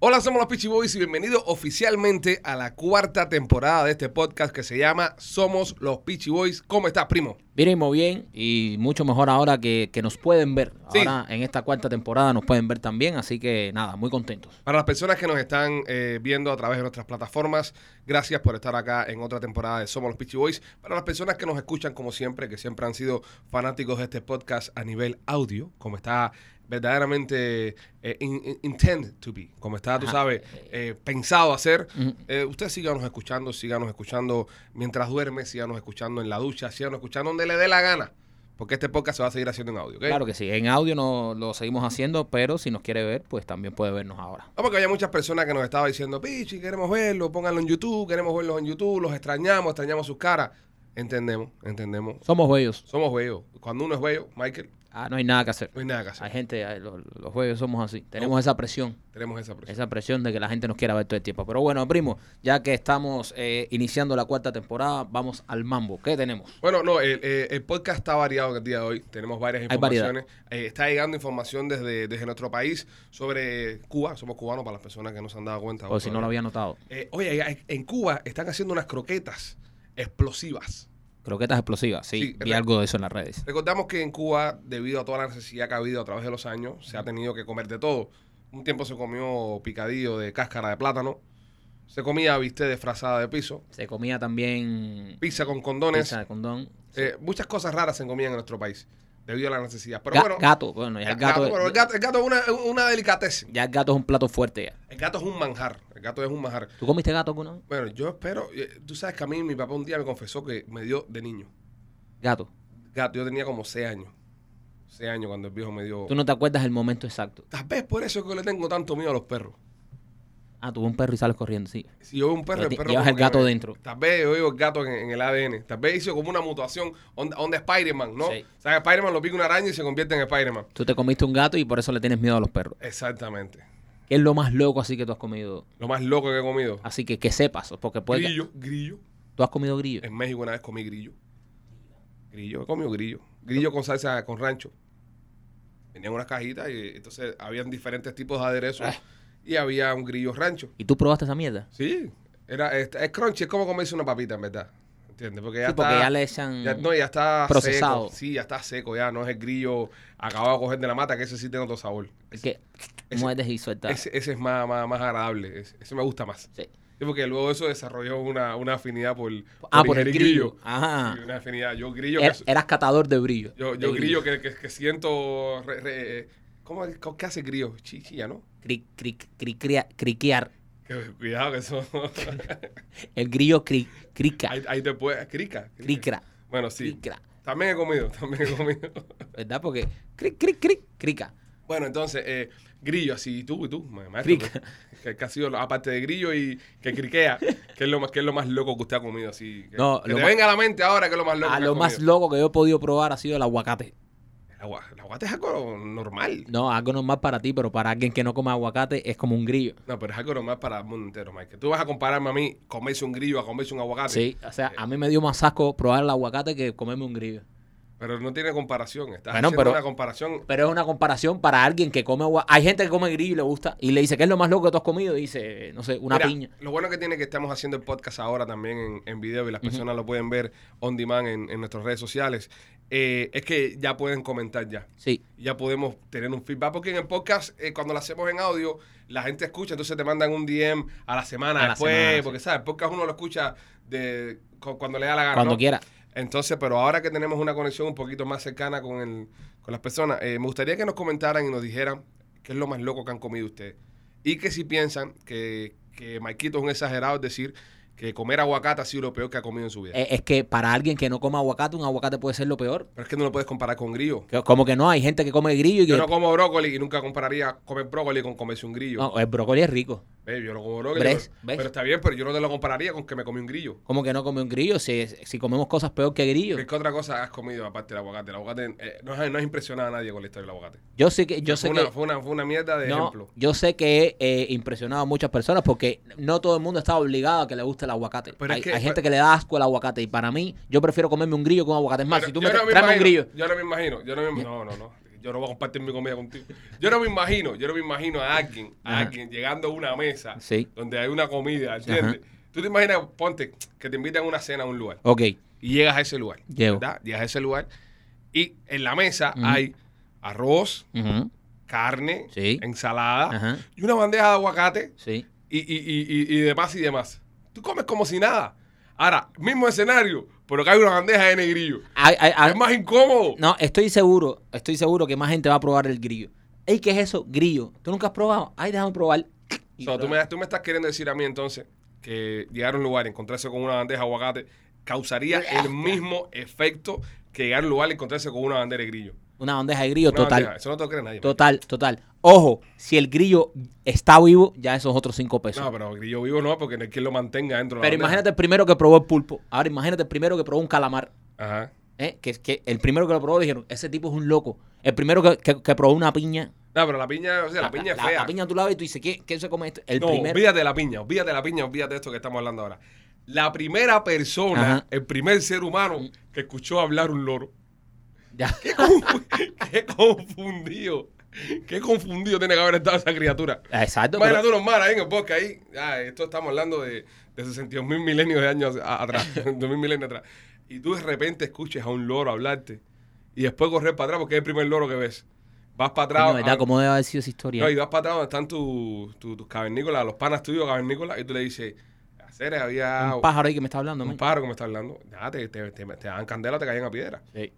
Hola, somos los Peachy Boys y bienvenidos oficialmente a la cuarta temporada de este podcast que se llama Somos los Peachy Boys. ¿Cómo estás, primo? Miren muy bien y mucho mejor ahora que, que nos pueden ver. Sí. Ahora en esta cuarta temporada nos pueden ver también, así que nada, muy contentos. Para las personas que nos están eh, viendo a través de nuestras plataformas, gracias por estar acá en otra temporada de Somos los Peachy Boys. Para las personas que nos escuchan como siempre, que siempre han sido fanáticos de este podcast a nivel audio, como está verdaderamente eh, in- in- intend to be, como está, tú Ajá. sabes, eh, pensado hacer, Ujú. eh, usted síganos escuchando, síganos escuchando mientras duerme, síganos escuchando en la ducha, síganos escuchando donde le dé la gana, porque este podcast se va a seguir haciendo en audio, ¿ok? Claro que sí, en audio no lo seguimos haciendo, pero si nos quiere ver, pues también puede vernos ahora. No, porque había muchas personas que nos estaban diciendo, Pichi, queremos verlo, pónganlo en YouTube, queremos verlos en YouTube, los extrañamos, extrañamos sus caras. Entendemos, entendemos. Somos bellos. Somos bellos. Cuando uno es bello, Michael, Ah, no hay nada que hacer. no hay nada que hacer. Hay gente, hay- lo- los jueves somos así. Tenemos esa presión, Tenemos esa presión. esa presión de que la gente nos quiera ver todo el tiempo. Pero bueno, primo, ya que estamos eh, iniciando la cuarta temporada, vamos al mambo. ¿Qué tenemos? Bueno, no, el, eh, el podcast está variado en el día de hoy. Tenemos varias Hay variedad. informaciones. Eh, está llegando información desde, desde nuestro país sobre Cuba. Somos cubanos para las personas que no se han dado cuenta. O si no lo había notado. Eh, oye, hay- en Cuba están haciendo unas croquetas explosivas. Croquetas explosivas, Sí, sí. vi re- algo de eso en las redes. Recordamos que en Cuba, debido a toda la necesidad que ha habido a través de los años, se ha tenido que comer de todo. Un tiempo se comió picadillo de cáscara de plátano, se comía viste desfrazada de piso, Se comía también pizza con condones, pizza de condón. eh, muchas cosas raras se comían en nuestro país debido a la necesidad. Pero Ga- bueno, gato, bueno, ya el gato, pero el gato, el gato es una, una delicatez. ya el gato es un plato fuerte ya. El gato es un manjar, el gato es un manjar. ¿Tú comiste gato alguna vez? Bueno, yo espero, eh, tú sabes que a mí mi papá un día me confesó que me dio de niño. Gato. Gato, yo tenía como 6 años. 6 años cuando el viejo me dio... Tú no te acuerdas el momento exacto. Tal vez por eso es que le tengo tanto miedo a los perros. Ah, tuvo un perro y sales corriendo, sí. Si yo veo un perro, Pero Pues el te- perro. llevas como el que gato me- dentro. Tal vez yo veo el gato en, en el ADN. Tal vez hizo como una mutación. Onda, onda Spider-Man, ¿no? Sí. O sea, Spider-Man lo pica una araña y se convierte en Spider-Man. Tú te comiste un gato y por eso le tienes miedo a los perros. Exactamente. ¿Qué es lo más loco así que tú has comido? Lo más loco que he comido. Así que que sepas, porque Ah, puede que- grillo, grillo. tú has comido grillo. En México una vez comí grillo. Grillo, he comido grillo. Grillo con salsa, con rancho. Venían unas cajitas y entonces habían diferentes tipos de aderezos. Ah. Y había un grillo rancho. ¿Y tú probaste esa mierda? Sí. Era, es, es crunchy, es como comerse una papita, en verdad. ¿Entiendes? Porque ya sí, porque está- ya le echan Ya, no, ya está Procesado. seco. Sí, ya está seco, ya no es el grillo acabado de coger de la mata, que ese sí tiene otro sabor. que ese- muerdes y sueltas. Ese, ese es más, más, más agradable, ese, ese me gusta más. Sí. Sí, porque luego eso desarrolló una, una afinidad por, Ah, por el ingerir grillo. Sí, Ajá. una afinidad. Yo grillo Er- que, eras catador de brillo. yo, yo De grillo que, que- que siento... re- re- ¿Cómo es- cómo- qué hace grillo? Chichilla, ¿no? Cri- cri- cri- cria- criquear. Que- cuidado que eso... El grillo cri- crica. ahí, ahí te puede... Crica. Cricra. Bueno, sí. Cricra. También he comido, también he comido. ¿Verdad? Porque cric, cric, cric, crica. Bueno, entonces, eh, Grillo, así y tú, y tú, ma- maestro, Crica. que- que, que ha sido, lo- aparte de Grillo y que criquea, que es lo más, que es lo más loco que usted ha comido, así. Que, No, que lo te más- venga a la mente ahora que es lo más loco. Ah, que has lo más comido. loco que yo he podido probar ha sido el aguacate. El, agua- el aguacate es algo normal. No, algo normal para ti, pero para alguien que no come aguacate es como un grillo. No, pero es algo normal para el mundo entero, Mike. Tú vas a compararme a mí, comerse un grillo a comerse un aguacate. Sí, o sea, a mí me dio más asco probar el aguacate que comerme un grillo. Pero no tiene comparación. Estás Bueno, haciendo pero- una comparación. Pero es una comparación para alguien que come aguacate. Hay gente que come grillo y le gusta y le dice, ¿qué es lo más loco que tú has comido? Y dice, no sé, una Mira, piña. Lo bueno que tiene que estamos haciendo el podcast ahora también en, en video y las personas lo pueden ver on demand en, en nuestras redes sociales. eh, es que ya pueden comentar ya. Sí, ya podemos tener un feedback. Porque en el podcast, eh, cuando lo hacemos en audio, la gente escucha, entonces te mandan un DM a la semana A la después. semana, sí. porque, ¿sabes? El podcast uno lo escucha de, cu- cuando le da la gana. cuando Ah, ¿no? quiera. Entonces, pero ahora que tenemos una conexión un poquito más cercana con, el, con las personas, eh, me gustaría que nos comentaran y nos dijeran qué es lo más loco que han comido ustedes. Y que si piensan que, que Maikito es un exagerado, es decir, que comer aguacate ha sido lo peor que ha comido en su vida. Eh, Es que para alguien que no come aguacate, un aguacate puede ser lo peor. pero es que no lo puedes comparar con grillo. Que- Como que no, hay gente que come grillo y que... Yo no como brócoli y nunca compararía comer brócoli con comerse un grillo. No, el brócoli es rico. Ve, yo lo como brócoli, ¿Ves? pero, ¿Ves? pero está bien, pero yo no te lo compararía con que me comí un grillo. Como que no come un grillo? Si, si comemos cosas peor que grillo. ¿Qué otra cosa has comido aparte del aguacate? El aguacate eh, no, has- no has impresionado a nadie con la historia del aguacate. Yo sé que, yo sé Fue una, que, fue, una, fue una mierda de no, ejemplo. yo sé que he eh, impresionado a muchas personas porque no todo el mundo está obligado a que le guste el aguacate. Pero es hay, que- hay gente pero- que le da asco al aguacate y para mí, yo prefiero comerme un grillo con aguacate. Es más, Pero si tú me yo tra- no me tráeme un imagino- grillo, Yo no me imagino, yo no me imagino. No, no, no. yo no voy a compartir mi comida contigo. Yo no me imagino, yo no me imagino a alguien, a Ajá. alguien llegando a una mesa Sí. donde hay una comida, ¿entiendes? Tú te imaginas, ponte, que te invitan a una cena a un lugar Ok. y llegas a ese lugar, Llego. ¿verdad? Llegas a ese lugar y en la mesa Ujú. hay arroz, Ujú. carne, Sí. ensalada Ajá. y una bandeja de aguacate Sí. y, y, y, y, y demás y demás. Tú comes como si nada. Ahora, mismo escenario, pero que hay una bandeja de negrillo. Ay, ay, ay, Es más incómodo. Ah. No, estoy seguro, estoy seguro que más gente va a probar el grillo. Ey, ¿qué es eso? Grillo. ¿Tú nunca has probado? Ay, déjame probar. Y O sea, tú prueba. me, tú me estás queriendo decir a mí entonces que llegar a un lugar y encontrarse con una bandeja de aguacate causaría el mismo efecto que llegar a un lugar y encontrarse con una bandera de grillo. Una bandeja de grillo Una total. bandeja, eso no te lo cree nadie. Total, total. Ojo, si el grillo está vivo, ya esos otros cinco pesos. No, pero grillo vivo no, porque no hay quien lo mantenga dentro de la Pero bandeja. imagínate el primero que probó el pulpo. Ahora imagínate el primero que probó un calamar. Ajá. ¿eh? Que, que el primero que lo probó dijeron, ese tipo es un loco. El primero que, que- que probó una piña. No, pero la piña, o sea, la, piña es fea. La, piña a tu lado y tú dices, ¿qué, qué se come esto? El no, primero. olvídate de la piña, olvídate de la piña, olvídate de esto que estamos hablando ahora. La primera persona, Ajá. el primer ser humano que escuchó hablar un loro. Ya. Qué, confu- qué confundido. Qué confundido tiene que haber estado esa criatura. Exacto. pero- Imagínate tú normal ahí en el bosque ahí. Ah, esto estamos hablando de, de 62 mil milenios de años a- atrás. 2 mil milenios atrás. Y tú de repente escuches a un loro hablarte y después correr para atrás porque es el primer loro que ves. Vas para atrás. Coño, ¿verdad? a- ¿Cómo debe haber sido esa historia? no, y vas para atrás donde están tus tu, tus cavernícolas, los panas tuyos cavernícolas, y tú le dices, Aceres, había un pájaro ahí que me está hablando. un man. pájaro que me está hablando. Ya, te, te, te, te dan candela, te caen a piedra. Sí.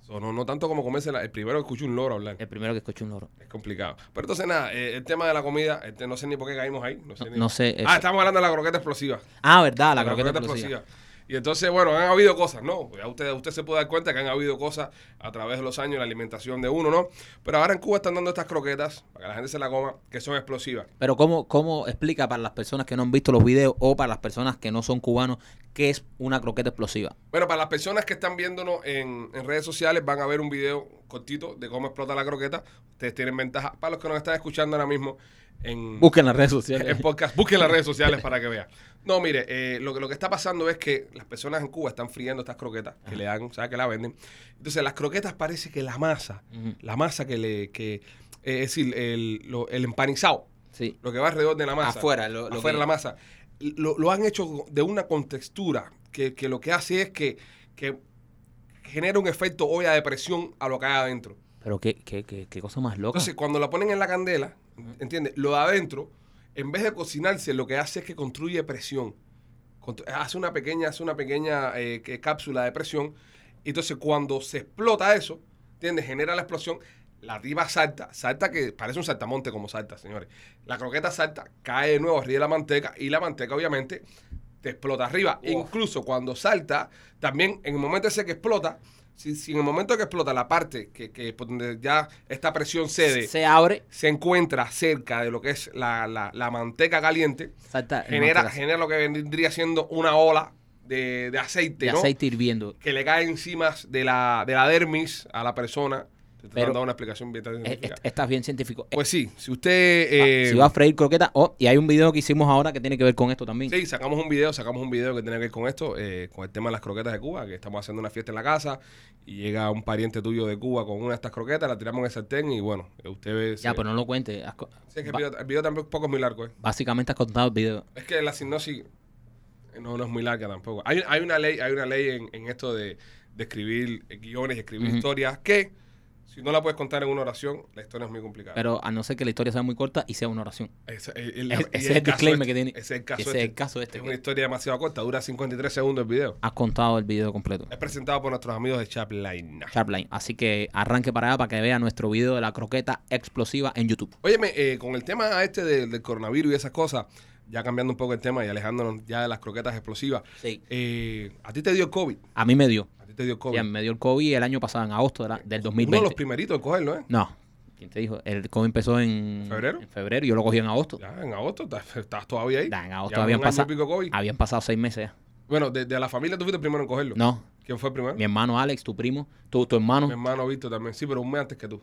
So, no, no tanto como comerse la- el primero que escucho un loro hablar. El primero que escuché un loro. Es complicado. Pero entonces, nada, eh, el tema de la comida, este, no sé ni por qué caímos ahí. No sé. ni- No sé. Ah, eso. estamos hablando de la croqueta explosiva. Eh, Ah, verdad, la La croqueta explosiva. Y entonces, bueno, han habido cosas, ¿no? Ya usted, usted se puede dar cuenta que han habido cosas a través de los años en la alimentación de uno, ¿no? Pero ahora en Cuba están dando estas croquetas, para que la gente se la coma, que son explosivas. Pero ¿cómo, ¿cómo explica para las personas que no han visto los videos o para las personas que no son cubanos qué es una croqueta explosiva? Bueno, para las personas que están viéndonos en, en redes sociales, van a ver un video cortito de cómo explota la croqueta. Ustedes tienen ventaja. Para los que nos están escuchando ahora mismo en, Busquen las redes en sociales. podcast, busquen las redes sociales para que vean. No, mire, eh, lo, que- lo que está pasando es que las personas en Cuba están friendo estas croquetas que le dan, o sea, que la venden. Entonces, las croquetas parece que la masa, Ujú. la masa que le. Que, eh, es decir, el, lo- el empanizado, Sí. lo que va alrededor de la masa. Afuera, lo- lo afuera que- la masa. Lo, lo han hecho de una contextura que, que lo que hace es que, que genera un efecto olla de presión a lo que hay adentro. Pero qué, qué, qué, qué cosa más loca. Entonces, cuando la ponen en la candela, ¿entiendes? Lo de adentro, en vez de cocinarse, lo que hace es que construye presión. Constru- Hace una pequeña, hace una pequeña eh, que- cápsula de presión. Y Entonces, cuando se explota eso, ¿entiendes? Genera la explosión. La tipa salta, salta que parece un saltamonte como salta, señores. La croqueta salta, cae de nuevo arriba de la manteca y la manteca, obviamente, te explota arriba. Incluso cuando salta, también en el momento ese que explota, si, si en el momento que explota la parte que, que por donde ya esta presión cede, se abre, se encuentra cerca de lo que es la, la- la manteca caliente, salta. genera, manteca genera lo que vendría siendo una ola de, de aceite, de ¿no? aceite hirviendo. Que le cae encima de la, de la dermis a la persona. Te estoy Pero- dando una explicación bien Eh, científica. est- estás bien científico. Eh, Pues sí, si usted... eh, si va a freír croqueta. Oh, y hay un video que hicimos ahora que tiene que ver con esto también. Sí, sacamos un video, sacamos un video que tiene que ver con esto, eh, con el tema de las croquetas de Cuba, que estamos haciendo una fiesta en la casa y llega un pariente tuyo de Cuba con una de estas croquetas, la tiramos en el sartén y bueno, eh, usted ve... ya, se- pero no lo cuente. Has co- sé que el ba- video, el video tampoco es muy largo, eh. básicamente has contado el video. Es que la sinopsis eh, no, no es muy larga tampoco. Hay, hay una ley, hay una ley en, en esto de, de escribir eh, guiones y escribir Ujú. historias que si no la puedes contar en una oración, la historia es muy complicada. Pero a no ser que la historia sea muy corta y sea una oración. Ese eh, el- Ese y es el el caso disclaimer este. que tiene. Ese es el caso Ese es este. el caso este. Es una historia demasiado corta, dura 53 segundos el video. Has contado el video completo. Es presentado por nuestros amigos de Chapline. Sharpline. Así que arranque para allá para que vea nuestro video de la croqueta explosiva en YouTube. Óyeme, eh, con el tema este del, del coronavirus y esas cosas, ya cambiando un poco el tema y alejándonos ya de las croquetas explosivas, Sí. eh, a ti te dio COVID. A mí me dio. A ti te dio COVID. Ya, me dio el COVID el año pasado, en agosto de la- del Uno de los 2020. primeritos en cogerlo, ¿eh? No. ¿Quién te dijo? El COVID empezó en ¿Febrero? En febrero. Yo lo cogí en agosto. Ya, en agosto, ta- estás todavía ahí. Da, en agosto Ya habían un año y pasado. Ah. pico COVID. Habían pasado seis meses ya. Bueno, de, de la familia tú fuiste el primero en cogerlo. No. ¿Quién fue el primero? Mi hermano Alex, tu primo, tu, tu hermano, Mi hermano Víctor también. Sí, pero un mes antes que tú.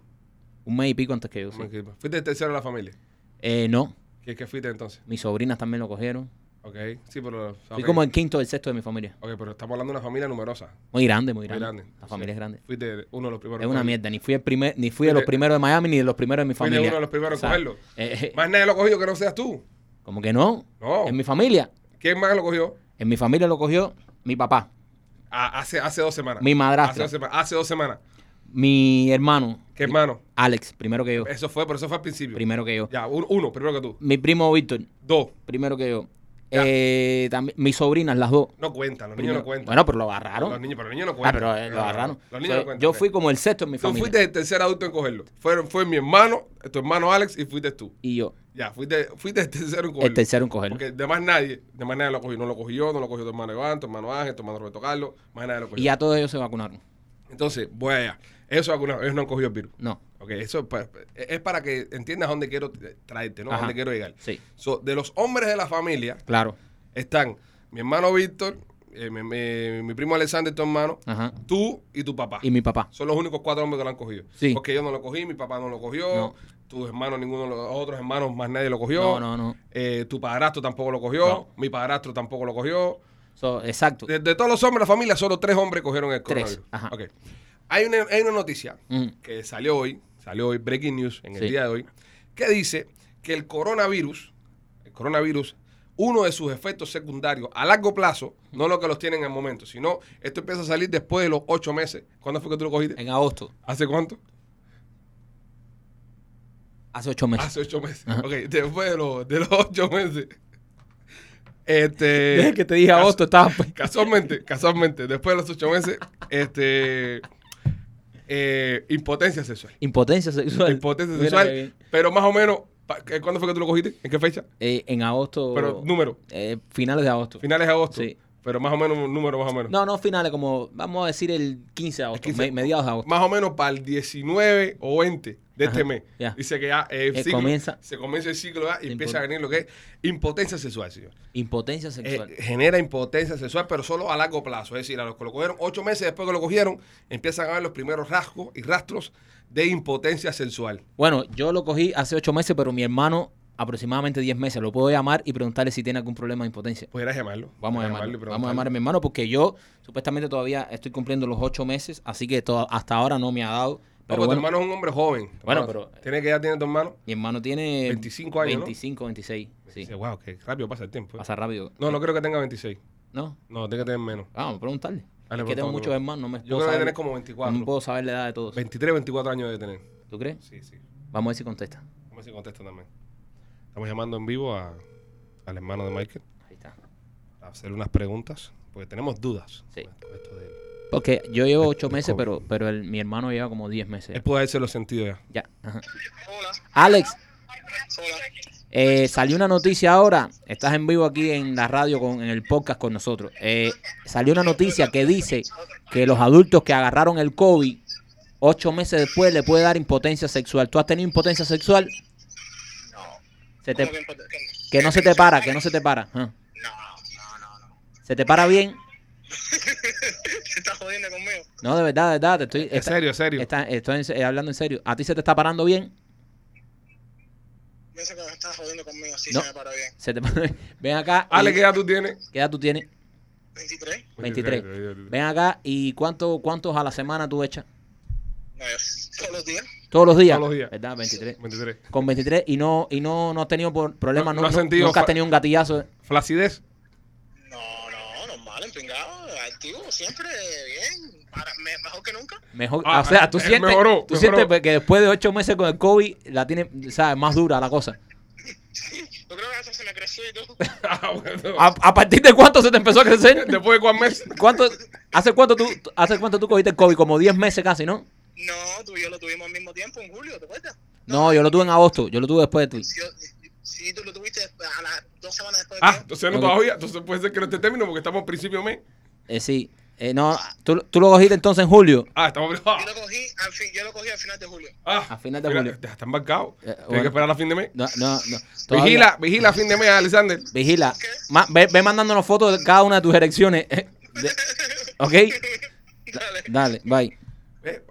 un mes y pico antes que yo. sí. Un mes que- Fuiste el tercero de la familia. Eh, no. ¿Qué, qué fuiste entonces? Mis sobrinas también lo cogieron. Ok, sí, pero. Soy ok. como el quinto o el sexto de mi familia. Ok, pero estamos hablando de una familia numerosa. Muy grande, muy grande. grande, La sí. familia es grande. Fuiste uno de los primeros. Es una en- mierda. Ni fui el primer, ni fui de los Fuiste- primeros de Miami, ni de los primeros de mi Fuiste familia. uno de los primeros en cogerlo. eh, eh, Más nadie lo cogió que no seas tú. como que no. No. En mi familia. ¿Quién más lo cogió? En mi familia lo cogió mi papá, Ah, hace, hace dos semanas. Mi madrastra. Hace dos, sema- hace dos semanas. mi hermano, ¿Qué hermano? Alex, primero que yo. Eso fue, pero eso fue al principio. Primero que yo. Ya, un- uno, primero que tú. Mi primo Víctor, Dos. primero que yo. Ya. Eh, también- mis sobrinas, las dos. No cuentan, los Primero- niños no cuentan. Bueno, pero lo agarraron. Los niños, pero los niños no ah, cuentan. pero eh, lo agarraron. Los O niños sea, no cuentan. yo fui como el sexto en mi Tú familia. fuiste el tercer adulto en cogerlo. Fueron, fue mi hermano, tu hermano Alex y fuiste tú. Y yo, Ya, fuiste, fuiste el tercero en cogerlo. el tercero en cogerlo. Porque de más nadie, de más nadie lo cogió. No lo cogió yo, no lo cogió tu hermano Iván, tu hermano Ángel, tu hermano Roberto Carlos, más nadie lo Y cogió. ya todos ellos se vacunaron. Entonces, voy allá. Ellos se vacunaron, ellos no han cogido el virus. No. Ok, eso es pa- es para que entiendas a dónde quiero traerte, ¿no? A Ajá. dónde quiero llegar. Sí. So, de los hombres de la familia Claro. están mi hermano Víctor, eh, mi, mi- mi primo Alexander, tu hermano, Ajá. tú y tu papá. Y mi papá. Son los únicos cuatro hombres que lo han cogido. Sí. Porque yo no lo cogí, mi papá no lo cogió, No. tus hermanos, ninguno de los otros hermanos, más nadie lo cogió. No, no, no. Eh, tu padrastro tampoco lo cogió, No. mi padrastro tampoco lo cogió. So, exacto. De, de todos los hombres de la familia, solo tres hombres cogieron el Tres, coronavirus. ajá. Ok. Hay, una, hay una noticia Mm. que salió hoy, salió hoy Breaking News en el Sí. día de hoy, que dice que el coronavirus, el coronavirus, uno de sus efectos secundarios a largo plazo, no lo que los tienen en el momento, sino esto empieza a salir después de los ocho meses. ¿Cuándo fue que tú lo cogiste? En agosto, ¿Hace cuánto? hace ocho meses. Hace ocho meses. Ok, después de los, de los ocho meses. Este. Desde que te dije cas- agosto estaba. pues. Casualmente, casualmente, después de los ocho meses, este. eh, impotencia sexual. Impotencia sexual. Impotencia Mira qué sexual. bien. Pero más o menos, pa- ¿qué- ¿cuándo fue que tú lo cogiste? ¿En qué fecha? Eh, en agosto. Pero número, eh, finales de agosto. finales de agosto. Sí. Pero más o menos, un número más o menos. No, no finales, como vamos a decir el 15 de agosto, El 15. me- mediados de agosto. Más o menos para el 19 o 20 de este Ajá, mes. ya. Dice que ya el Eh, ciclo- comienza. se comienza el ciclo ¿verdad? y Impo- empieza a venir lo que es impotencia sexual, señor. Impotencia Eh, sexual. genera impotencia sexual, pero solo a largo plazo. Es decir, a los que lo cogieron ocho meses después que lo cogieron, empiezan a ver los primeros rasgos y rastros de impotencia sexual. Bueno, yo lo cogí hace ocho meses, pero mi hermano aproximadamente 10 meses. Lo puedo llamar y preguntarle si tiene algún problema de impotencia. Pudieras llamarlo. Vamos Pudieras a llamarlo. y Vamos a llamar a preguntarle. mi hermano porque yo supuestamente todavía estoy cumpliendo los ocho meses, así que to- hasta ahora no me ha No, dado. Pero pero bueno, tu hermano es un hombre joven. Tu Bueno, hermano pero- eh, Tiene que ya tiene tu hermano. mi hermano tiene 25 años, ¿no? 25, 26. Sí, Dice, wow, qué rápido pasa el tiempo. eh". pasa rápido. No, no creo que tenga 26. ¿No? No, tiene que tener menos. Ah, Vamos a preguntarle. Dale, Es que tengo preguntamos, muchos preguntamos. hermanos, no me Yo creo puedo que saber- tiene como no 24. puedo saber la edad de todos. 23, 24 años debe tener. ¿Tú crees? Sí, sí. Vamos a ver si contesta. Vamos a ver si contesta también. Estamos llamando en vivo a- al hermano de Michael. Ahí está. a hacer unas preguntas, porque tenemos dudas. Sí. con esto- con esto de- Porque yo llevo ocho el meses, COVID. pero, pero el- mi hermano lleva como 10 meses. Él puede haberse los sentidos ya. Ya. ajá. Hola, Alex, hola. eh, salió una noticia ahora. Estás en vivo aquí en la radio, con, en el podcast con nosotros. Eh, salió una noticia que dice que los adultos que agarraron el COVID ocho meses después le puede dar impotencia sexual. ¿Tú has tenido impotencia sexual? No. Se ¿Cómo te- que empote- que- que no se te para, que no se te para. ajá. No, no, no, no. ¿Se te para bien? Se está jodiendo conmigo. No, de verdad, de verdad. Te estoy, En está- serio, en serio. está- estoy en- eh, hablando en serio. ¿A ti se te está parando bien? Pienso que me está jodiendo conmigo, sí No. se me paró bien. Se te para- Ven acá. y- Ale, ¿qué edad tú tienes? ¿Qué edad tú tienes? 23. 23. 23. Ven acá y cuánto, cuántos a la semana tú echas? No, yo- todos los días. Todos los días. Todos los días. ¿Verdad? 23. 23. Con 23 y no y no, no has tenido por- problemas, No- no, no has no- sentido nunca has fa- tenido un gatillazo. Flacidez. No, no, normal, empingado, activo, siempre bien. Para, me- mejor que nunca. Mejor, Ah, o sea, tú eh, sientes, mejoró, tú mejoró. sientes pues, que después de ocho meses con el COVID la tiene, sabes, más dura la cosa. Yo creo que eso se me creció y todo. Ah, bueno. ¿A, a partir de cuánto se te empezó a crecer? Después de cuántos meses. ¿Cuánto, hace cuánto tú hace cuánto tú cogiste el COVID? Como 10 meses casi, ¿no? No, tú y yo lo tuvimos al mismo tiempo, en julio, ¿te acuerdas? No, yo lo tuve en agosto, yo lo tuve después de ti. Sí, yo- sí, tú lo tuviste a las dos semanas después. de Ah, que yo. entonces no Ok. todavía. Entonces puede ser que no esté término porque estamos a principio de mes. Eh, sí, Eh, no, tú, tú lo cogiste entonces en julio. Ah, estamos. Yo Ah, lo cogí al fin, yo lo cogí al final de julio. ah. A final de Mira, julio. te- Está embarcado. Eh, Tienes bueno. que esperar a fin de mes. No, no, no. Todavía- Vigila, vigila fin de mes, Alexander. Vigila. Ma- ve, ve mandándonos fotos de cada una de tus erecciones. De- ok. Dale. Dale, bye. Eh,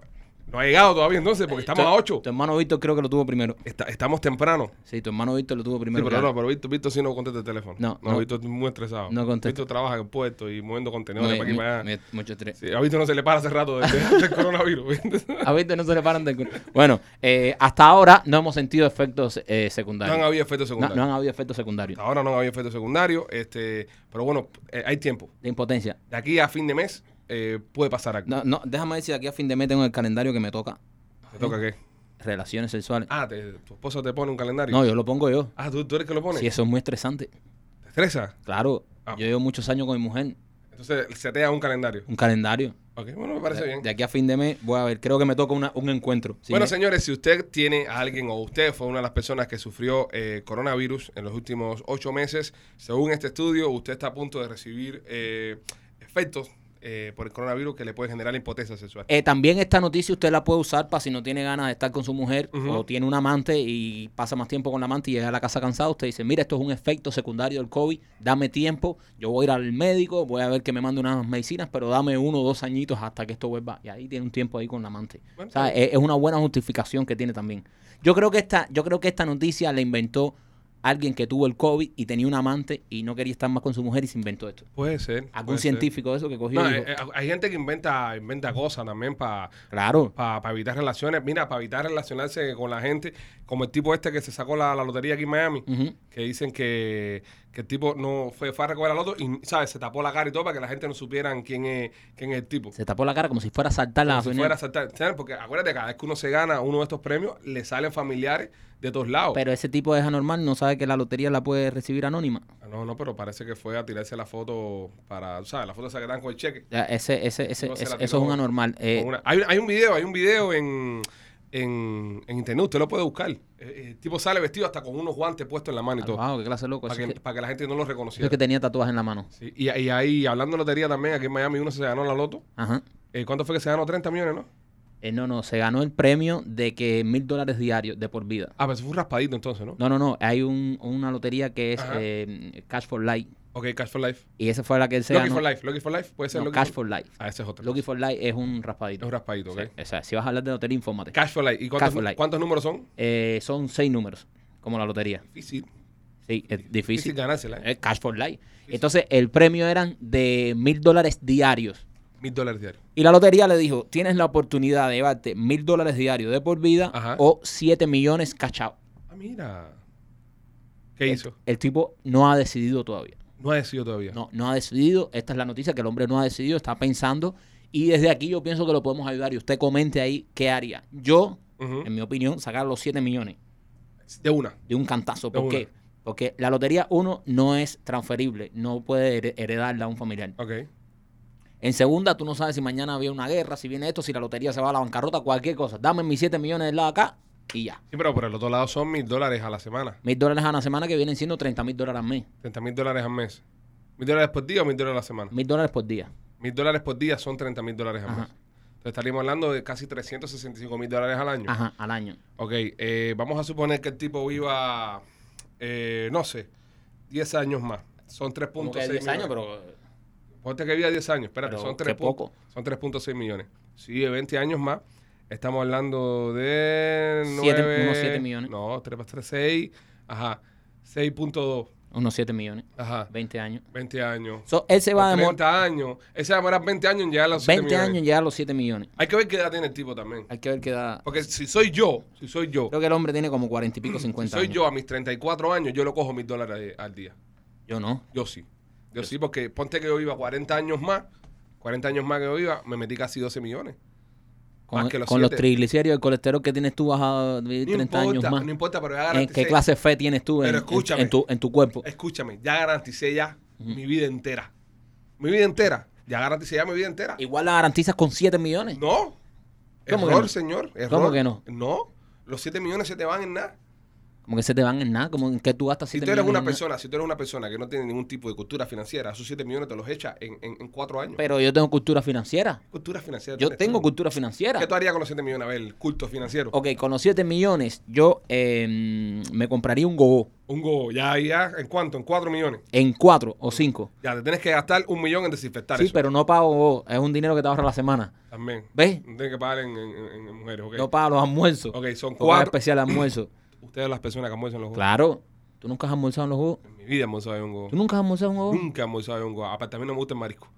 No ha llegado todavía entonces, porque estamos Tu- a 8. Tu hermano Víctor creo que lo tuvo primero. estamos temprano. Sí, tu hermano Víctor lo tuvo Sí, primero. pero que- no, pero Víctor, Víctor sí no contesta el teléfono. No, no, no. Víctor es muy estresado. No contesta. Víctor trabaja en el puerto y moviendo contenedores Muy- para aquí y para allá. muy- mucho estrés. Sí, a Víctor no se le para hace rato desde el coronavirus. A Víctor no se le paran de Bueno, eh, hasta ahora no hemos sentido efectos eh, no han secundarios. habido efectos No, secundarios. no han habido efectos secundarios. Hasta ahora no han habido efectos secundarios. Este, pero bueno, eh, hay tiempo. De impotencia. De aquí a fin de mes eh, puede pasar algo. No, no, déjame decir aquí a fin de mes tengo el calendario que me toca. ¿Te toca qué? Relaciones sexuales. Ah, te- tu esposa te pone un calendario. No, yo lo pongo yo. Ah, ¿tú, tú eres que lo pone. Sí, eso es muy estresante. ¿Te estresa? Claro. Ah. Yo llevo muchos años con mi mujer. Entonces se te da un calendario. Un calendario. Ok, bueno, me parece de, bien. de aquí a fin de mes voy a ver. Creo que me toca una- un encuentro. Si bueno, me- señores, si usted tiene a alguien o usted fue una de las personas que sufrió eh, coronavirus en los últimos ocho meses, según este estudio, usted está a punto de recibir eh, efectos eh, por el coronavirus que le pueden generar impotencia sexual. Eh, también esta noticia usted la puede usar para si no tiene ganas de estar con su mujer Ujú. o tiene un amante y pasa más tiempo con la amante y llega a la casa cansado. Usted dice, mira, esto es un efecto secundario del COVID, dame tiempo, yo voy a ir al médico, voy a ver que me mande unas medicinas, pero dame uno o dos añitos hasta que esto vuelva. Y ahí tiene un tiempo ahí con la amante. Bueno, eh. O sea, es, es una buena justificación que tiene también. Yo creo que esta, yo creo que esta noticia la inventó alguien que tuvo el COVID y tenía un amante y no quería estar más con su mujer y se inventó esto. puede ser. Algún puede ser. científico de eso que cogió. No, y eh, dijo, eh, hay gente que inventa, inventa cosas también para claro. para evitar relaciones. Mira, para evitar relacionarse con la gente, como el tipo este que se sacó la, la lotería aquí en Miami. Ujú. que dicen que, que el tipo no fue, fue a recoger al otro y, ¿sabes? Se tapó la cara y todo para que la gente no supieran quién es, quién es el tipo. Se tapó la cara como si fuera a saltar la Como si gasolinera. fuera a saltar. ¿Sabes? Porque acuérdate, cada vez que uno se gana uno de estos premios, le salen familiares de todos lados. Pero ese tipo es anormal, no sabe que la lotería la puede recibir anónima. Ah, no, no, pero parece que fue a tirarse la foto para, ¿sabes? La foto esa que dan con el cheque. Ya, Ese, ese, ese, No se la ese- tiró eso es un anormal. Eh, Con una- hay, hay un video, hay un video en, en, en internet, usted lo puede buscar. Eh, eh, El tipo sale vestido hasta con unos guantes puestos en la mano y ah, todo. wow, qué clase de loco. Para Eso, que, es que, para que la gente no lo eso es reconociera. que tenía tatuajes en la mano. Sí, y, y ahí, hablando de lotería también, aquí en Miami uno se ganó la loto. Ajá. Eh, ¿Cuánto fue que se ganó? 30 millones, ¿no? Eh, no, no, se ganó el premio de que mil dólares diarios de por vida. Ah, pero eso fue un raspadito entonces, ¿no? No, no, no. Hay un- una lotería que es Ajá. eh, Cash for Life. Ok, Cash for Life. Y esa fue la que él se Lucky ganó. for Life, Lucky for Life, puede ser No, Lucky Cash for Life. Ah, ese es otro. Lucky for Life es un raspadito. Es un raspadito, ok. Sí, o sea, si vas a hablar de lotería, infórmate. Cash for Life. ¿Y cuántos, Cash for Life. cuántos números son? Eh, son seis números, como la lotería. Difícil. Sí, es difícil. ganársela, ¿eh? Eh, Cash for Life. Entonces, el premio eran de mil dólares diarios. Mil dólares diarios. Y la lotería le dijo, tienes la oportunidad de llevarte mil dólares diarios de por vida Ajá. o 7 millones cachao. Ah, mira. ¿Qué hizo? El tipo no ha decidido todavía. No ha decidido todavía. Eh, No, no ha decidido. Esta es la noticia que el hombre no ha decidido, está pensando. Y desde aquí yo pienso que lo podemos ayudar. Y usted comente ahí qué haría. Yo, Ujú. en mi opinión, sacar los 7 millones De una. de un cantazo. De ¿Por una. qué? Porque la lotería, uno, no es transferible. No puede her- heredarla a un familiar. Ok. En segunda, tú no sabes si mañana había una guerra, si viene esto, si la lotería se va a la bancarrota, cualquier cosa. Dame mis 7 millones del lado de acá y ya. Sí, pero por el otro lado son mil dólares a la semana. Mil dólares a la semana que vienen siendo 30 mil dólares al mes. 30 mil dólares al mes. Mil dólares por día o mil dólares a la semana. Mil dólares por día. Mil dólares por día son 30 mil dólares al Ajá. mes. Entonces estaríamos hablando de casi 365 mil dólares al año. Ajá, al año. Ok, eh, vamos a suponer que el tipo viva, eh, no sé, 10 años más. Son 3.6 Como que millones. 10 años, pero Ponte que viva 10 años, espérate, Pero son qué 3 pun- poco. Son 3.6 millones. Si vive 20 años más, estamos hablando de Siete- 9... unos siete millones. No, 3 más 3, 6. Ajá, 6.2. unos 7 millones. Ajá, 20 años. 20 años. So, él se va a O demorar 30 años. Ese va a demorar 20 años en llegar a los 7 20 millones. años en llegar a los 7 millones. Hay que ver qué edad tiene el tipo también. Hay que ver qué da. Porque si soy yo, si soy yo, Creo que el hombre tiene como 40 y pico, si 50 soy años. yo a mis 34 años, yo lo cojo mil dólares al día. Yo no. Yo sí. Yo sí, porque ponte que yo viva 40 años más, 40 años más que yo viva, me metí casi 12 millones. Con, Más que los con los siete. triglicéridos, el colesterol que tienes tú vas a vivir No 30 años importa, más. no importa, pero ya ¿En garanticé. qué clase de fe tienes tú en, Pero en- escúchame. en tu, en tu cuerpo? Escúchame, ya garanticé ya mi vida entera. Mi vida entera. Ya garanticé ya mi vida entera. Igual la garantizas con 7 millones. No. ¿Cómo que error, no? señor. Error. que no? No. Los 7 millones se te van en nada. Como que se te van en nada, como en que tú gastas Si 7 tú eres una en nada. persona, si tú eres una persona que no tiene ningún tipo de cultura financiera, esos 7 millones te los echa en, en, en cuatro años. Pero yo tengo cultura financiera. cultura financiera. Yo tienes tengo tú. cultura Oh. financiera. ¿Qué tú harías con los 7 millones? A ver, el culto financiero. Ok, con los 7 millones yo eh, me compraría un gogo Un go, ya, ya, ¿en cuánto? En 4 millones. en 4 o 5. Ya, te tienes que gastar un millón en desinfectar Sí, eso. pero no pago gogo. Es un dinero que te ahorra la semana. También. ¿Ves? Tienes que pagar en, en- en- en mujeres, ¿ok? No pago los almuerzos. ok, son Porque es cuatro. especial almuerzo. Ustedes las personas que almuerzan los go. claro. ¿Tú nunca has almorzado en los gogos? En mi vida hemos sabido un go. ¿Tú nunca has almorzado en un gogo? Nunca hemos sabido un go. Aparte, a mí Ah, no me gusta el marisco.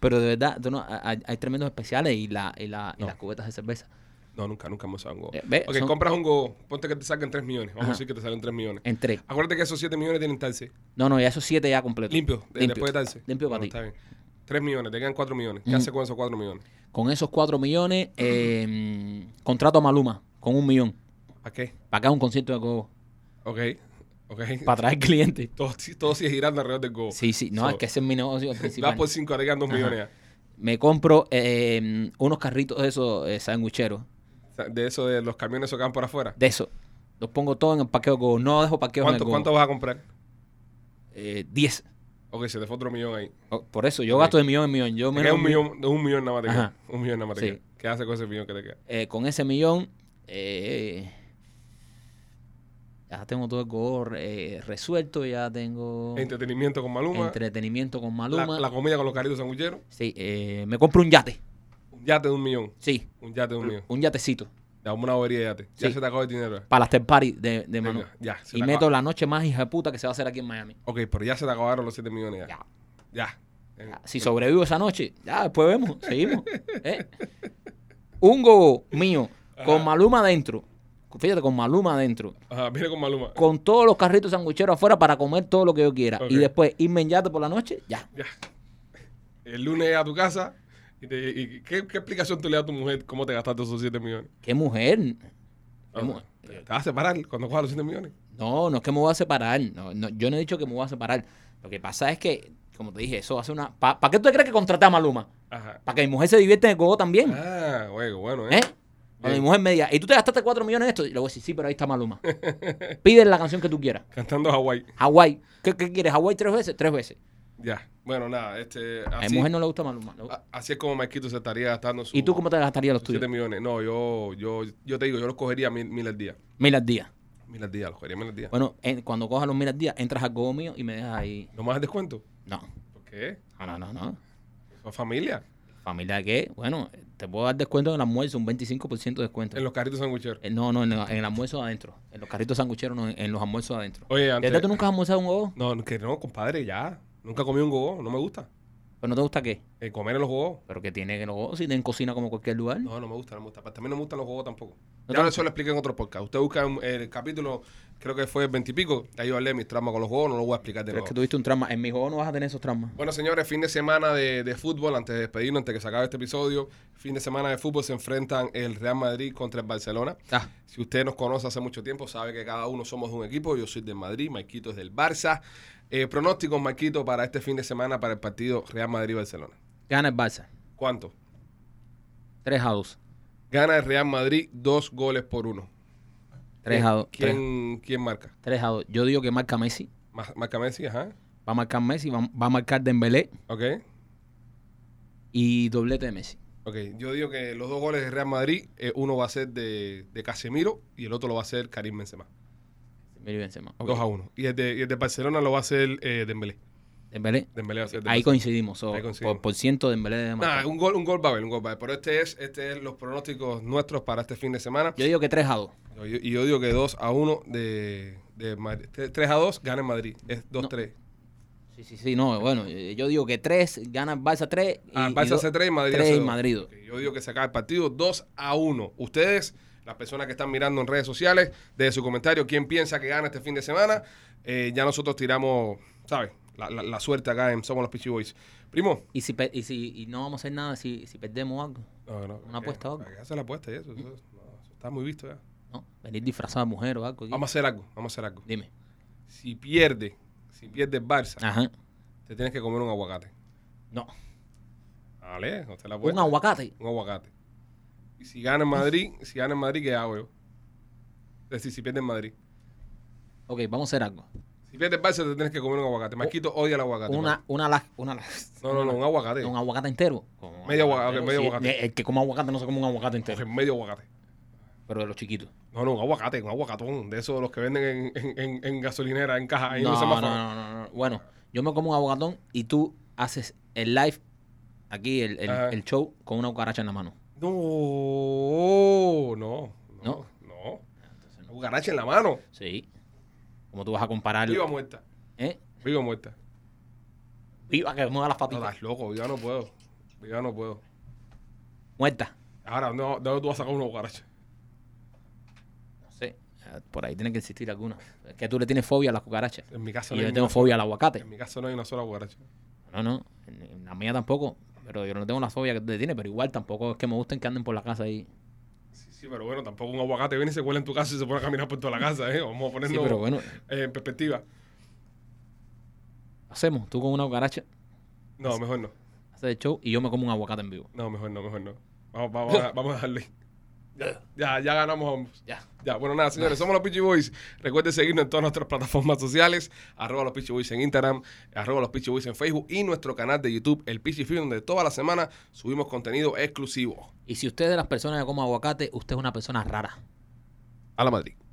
Pero de verdad, tú no- hay, hay tremendos especiales y, la, y, la, y No. las cubetas de cerveza. No, nunca, nunca hemos sabido un go. Eh, ve, ok, son- compras un go, ponte que te saquen 3 millones. Vamos Ajá. a decir que te salen 3 millones. Entre. Acuérdate que esos 7 millones tienen taxi. No, no, ya esos 7 ya completos. Limpio, de- después de taxi. Limpio para Bueno, ti. Está bien. 3 millones, te quedan 4 millones. ¿Qué Ujú. haces con esos 4 millones? Con esos 4 millones, eh, contrato a Maluma con un millón. ¿A qué? Para acá un concierto de gogo. Ok, ok. Para traer clientes. Todo, todo sigue girando alrededor del go. Sí, sí. No, Oh, So, es que ese es mi negocio Vas principal. por 5, te quedan 2 Ajá. millones ya. Me compro eh, unos carritos de esos eh, sandwicheros. O sea, De eso de los camiones que van por afuera. De esos. Los pongo todos en el parqueo gogo. No dejo parqueo en el ¿Cuánto, gogo. ¿Cuánto vas a comprar? Eh, 10. Ok, se te fue otro millón ahí. Oh, Por eso, yo Ok. gasto de millón en millón. Yo Te menos queda un un millón, un millón nada más te queda. Ajá. Un millón nada más te Sí. queda. ¿Qué haces con ese millón que te queda? eh, con ese millón, eh, ya tengo todo el gol eh, resuelto, ya tengo Entretenimiento con Maluma. entretenimiento con la, Maluma. la comida con los caritos sanguilleros. Sí, eh, me compro un yate, Un yate de un millón. sí, Un yate de un millón. un yatecito Ya, una bobería de yate. Ya Sí. se te acabó el dinero. eh. para las after party de, de Manu. Venga, ya. se Y te meto acaba- la noche más hija de puta que se va a hacer aquí en Miami. Ok, pero ya se te acabaron los 7 millones ya. Ya, Ya. Eh, ya. Si sobrevivo esa noche, ya después vemos, seguimos. ¿eh? Un gogo mío con Ajá. Maluma adentro. Fíjate, con Maluma adentro. eh, Ajá, viene con Maluma. con todos los carritos sanguicheros afuera para comer todo lo que yo quiera. Ok. Y después irme en yate por la noche, ya. Ya. El lunes a tu casa. ¿Y, te- y- y- ¿qué, qué explicación tú le das a tu mujer cómo te gastaste esos 7 millones? ¡Qué mujer! O Qué sea, mu- ¿Te te vas a separar cuando cojas los 7 millones? No, no es que me voy a separar. No, no, yo no he dicho que me voy a separar. Lo que pasa es que, como te dije, eso hace una... ¿Para qué tú crees que contraté a Maluma? Ajá. Para que mi mujer se divierta en el gogo también. Ah, bueno, bueno, ¿eh? ¿Eh? Cuando Bien. mi mujer me diga, ¿y tú te gastaste 4 millones en esto? Y le voy a decir, sí, pero ahí está Maluma. Pide la canción que tú quieras. Cantando Hawái. Hawái. ¿Qué, qué quieres? ¿Hawái tres veces? Tres veces. Ya. Bueno, nada, este. A Así, mi mujer no le gusta Maluma. Le- a- así es como Maikito se estaría gastando sus ¿Y tú cómo te gastarías los tuyos? 7 millones. No, yo, yo, yo te digo, yo los cogería mil, mil al día. Mil al día. Mil al día, los cogería mil al día. Bueno, en- cuando cojas los mil al día, entras al gogo mío y me dejas ahí. ¿No más descuento? No, ¿Por qué? no, no, no. no. ¿Son familia? ¿Familia qué? Bueno, te puedo dar descuento en el almuerzo, un 25% de descuento. En los carritos sanguicheros. Eh, No, no, en, la- en el almuerzo adentro. En los carritos sangucheros, no, en, en los almuerzos adentro. Oye, ¿De antes. verdad tú nunca has almorzado un gogo? No, que no, compadre, ya. Nunca comí un gogo, no me gusta. ¿Pero no te gusta qué? Eh, comer en los gogos. Pero que tiene que los gogos, si tienen cocina como cualquier lugar. No, no me gusta, no me gusta. Pero También no me gustan los gogos tampoco. te ya gusta? eso lo expliqué en otro podcast. Usted busca en el capítulo, creo que fue el veintipico. Ahí yo hablé de mis traumas con los gogos, no lo voy a explicar de Pero es nuevo. que tuviste un trauma. En mi gogo no vas a tener esos traumas. Bueno, señores, fin de semana de, de fútbol, antes de despedirnos, antes de que se acabe este episodio, fin de semana de fútbol se enfrentan el Real Madrid contra el Barcelona. Ah, Si usted nos conoce hace mucho tiempo, sabe que cada uno somos de un equipo. Yo soy del Madrid, Maquito es del Barça. Eh, pronósticos, Maquito, para este fin de semana para el partido Real Madrid-Barcelona. gana el Barça. ¿Cuánto? 3 a 2. Gana el Real Madrid dos goles por uno. 3 a 2. ¿Quién, quién marca? 3 a 2. Yo digo que marca Messi. Ma- Marca Messi, ajá. Va a marcar Messi, va, va a marcar Dembélé Ok. y doblete de Messi. Ok, yo digo que los dos goles de Real Madrid, eh, uno va a ser de, de Casemiro y el otro lo va a hacer Karim Benzema. Mira y Benzema. Ok. 2 a 1. Y el, de, y el de Barcelona lo va a hacer eh, Dembélé. Dembélé. Dembélé va a ser de Ahí Barcelona. coincidimos, so, Ahí coincidimos. Por, por ciento de Dembélé de Nah, marcar. un gol, un gol va a haber, un gol va a haber. Pero este es, este es los pronósticos nuestros para este fin de semana. Yo digo que 3 a 2. Yo- yo- Y yo, digo que 2 a 1 de, de Madrid. 3 a 2 gana en Madrid. Es 2-3. Sí, sí, sí, no, bueno, eh, yo digo que 3, gana el Barça 3 y, Ah, y Barça dos- hace 3 y Madrid tres hace y dos. Madrid. Ok, Yo digo que se acaba el partido 2 a 1. Ustedes, las personas que están mirando en redes sociales, desde su comentario, quién piensa que gana este fin de semana, Eh, ya nosotros tiramos, ¿sabes? La, la- la suerte acá en Somos los Pitchy Boys. Primo. y si, pe- y si y no vamos a hacer nada si, si perdemos algo, No, no, Una ¿qué? apuesta o algo. ¿Qué hace la apuesta y eso? Eso, es- no, eso está muy visto ya. ¿no? Venir disfrazado de mujer o algo. aquí. Vamos a hacer algo, vamos a hacer algo. Dime. Si pierde, si pierde el Barça, Ajá. te tienes que comer un aguacate. No. Vale, no te la Un apuesta. aguacate. Un aguacate. Y si gana en Madrid, si gana en Madrid, ¿qué hago yo? Es decir, si pierdes Madrid. Ok, vamos a hacer algo. Si pierdes Barça, te tienes que comer un aguacate. Marquito odia el aguacate. Oh, Una, una, la- una, la- No, no, no, un aguacate. un aguacate entero. Medio aguacate, Pero medio si- aguacate. El que come aguacate no se come un aguacate Coge entero, medio aguacate. pero de los chiquitos. No, no, un aguacate, un aguacatón. De esos los que venden en, en, en- en gasolinera, en caja, ahí no, No, en los no, no, semáforos. no, no. Bueno, yo me como un aguacatón y tú haces el live aquí, el, el- Ajá. el show, con una cucaracha en la mano. No, no, no, No. no. Una cucaracha en la mano. Sí. ¿Cómo tú vas a comparar? Viva muerta. ¿Eh? Viva muerta. Viva que mueva las No, patitas. estás loco, viva no puedo. Viva no puedo. Muerta. Ahora, ¿dónde, va- de dónde tú vas a sacar una cucaracha? No sé. eh, Por ahí tiene que existir alguna. Es que tú le tienes fobia a las cucarachas. En mi casa Y no hay yo le una tengo sola- fobia al aguacate. En mi casa no hay una sola cucaracha. No, no. en- en La mía tampoco. Pero yo no tengo la fobia que tú le tienes. Pero igual tampoco es que me gusten que anden por la casa ahí. Sí, sí, pero bueno, tampoco un aguacate viene y se cuela en tu casa y se pone a caminar por toda la casa, ¿eh? Vamos a Sí, ponerlo pero bueno. eh, en perspectiva. Hacemos. Tú con una cucaracha No, mejor no. haces el show y yo me como un aguacate en vivo. No, mejor no, mejor no. Vamos, vamos, a, vamos a dejarlo ahí. Ya, ya ganamos ambos. Ya. Ya, bueno, nada, señores, somos los Peachy Boys. Recuerden seguirnos en todas nuestras plataformas sociales, arroba los Peachy Boys en Instagram, arroba los Peachy Boys en Facebook y nuestro canal de YouTube, el Peachy Film, donde toda la semana subimos contenido exclusivo. Y si usted es de las personas que come aguacate, usted es una persona rara. A la Madrid.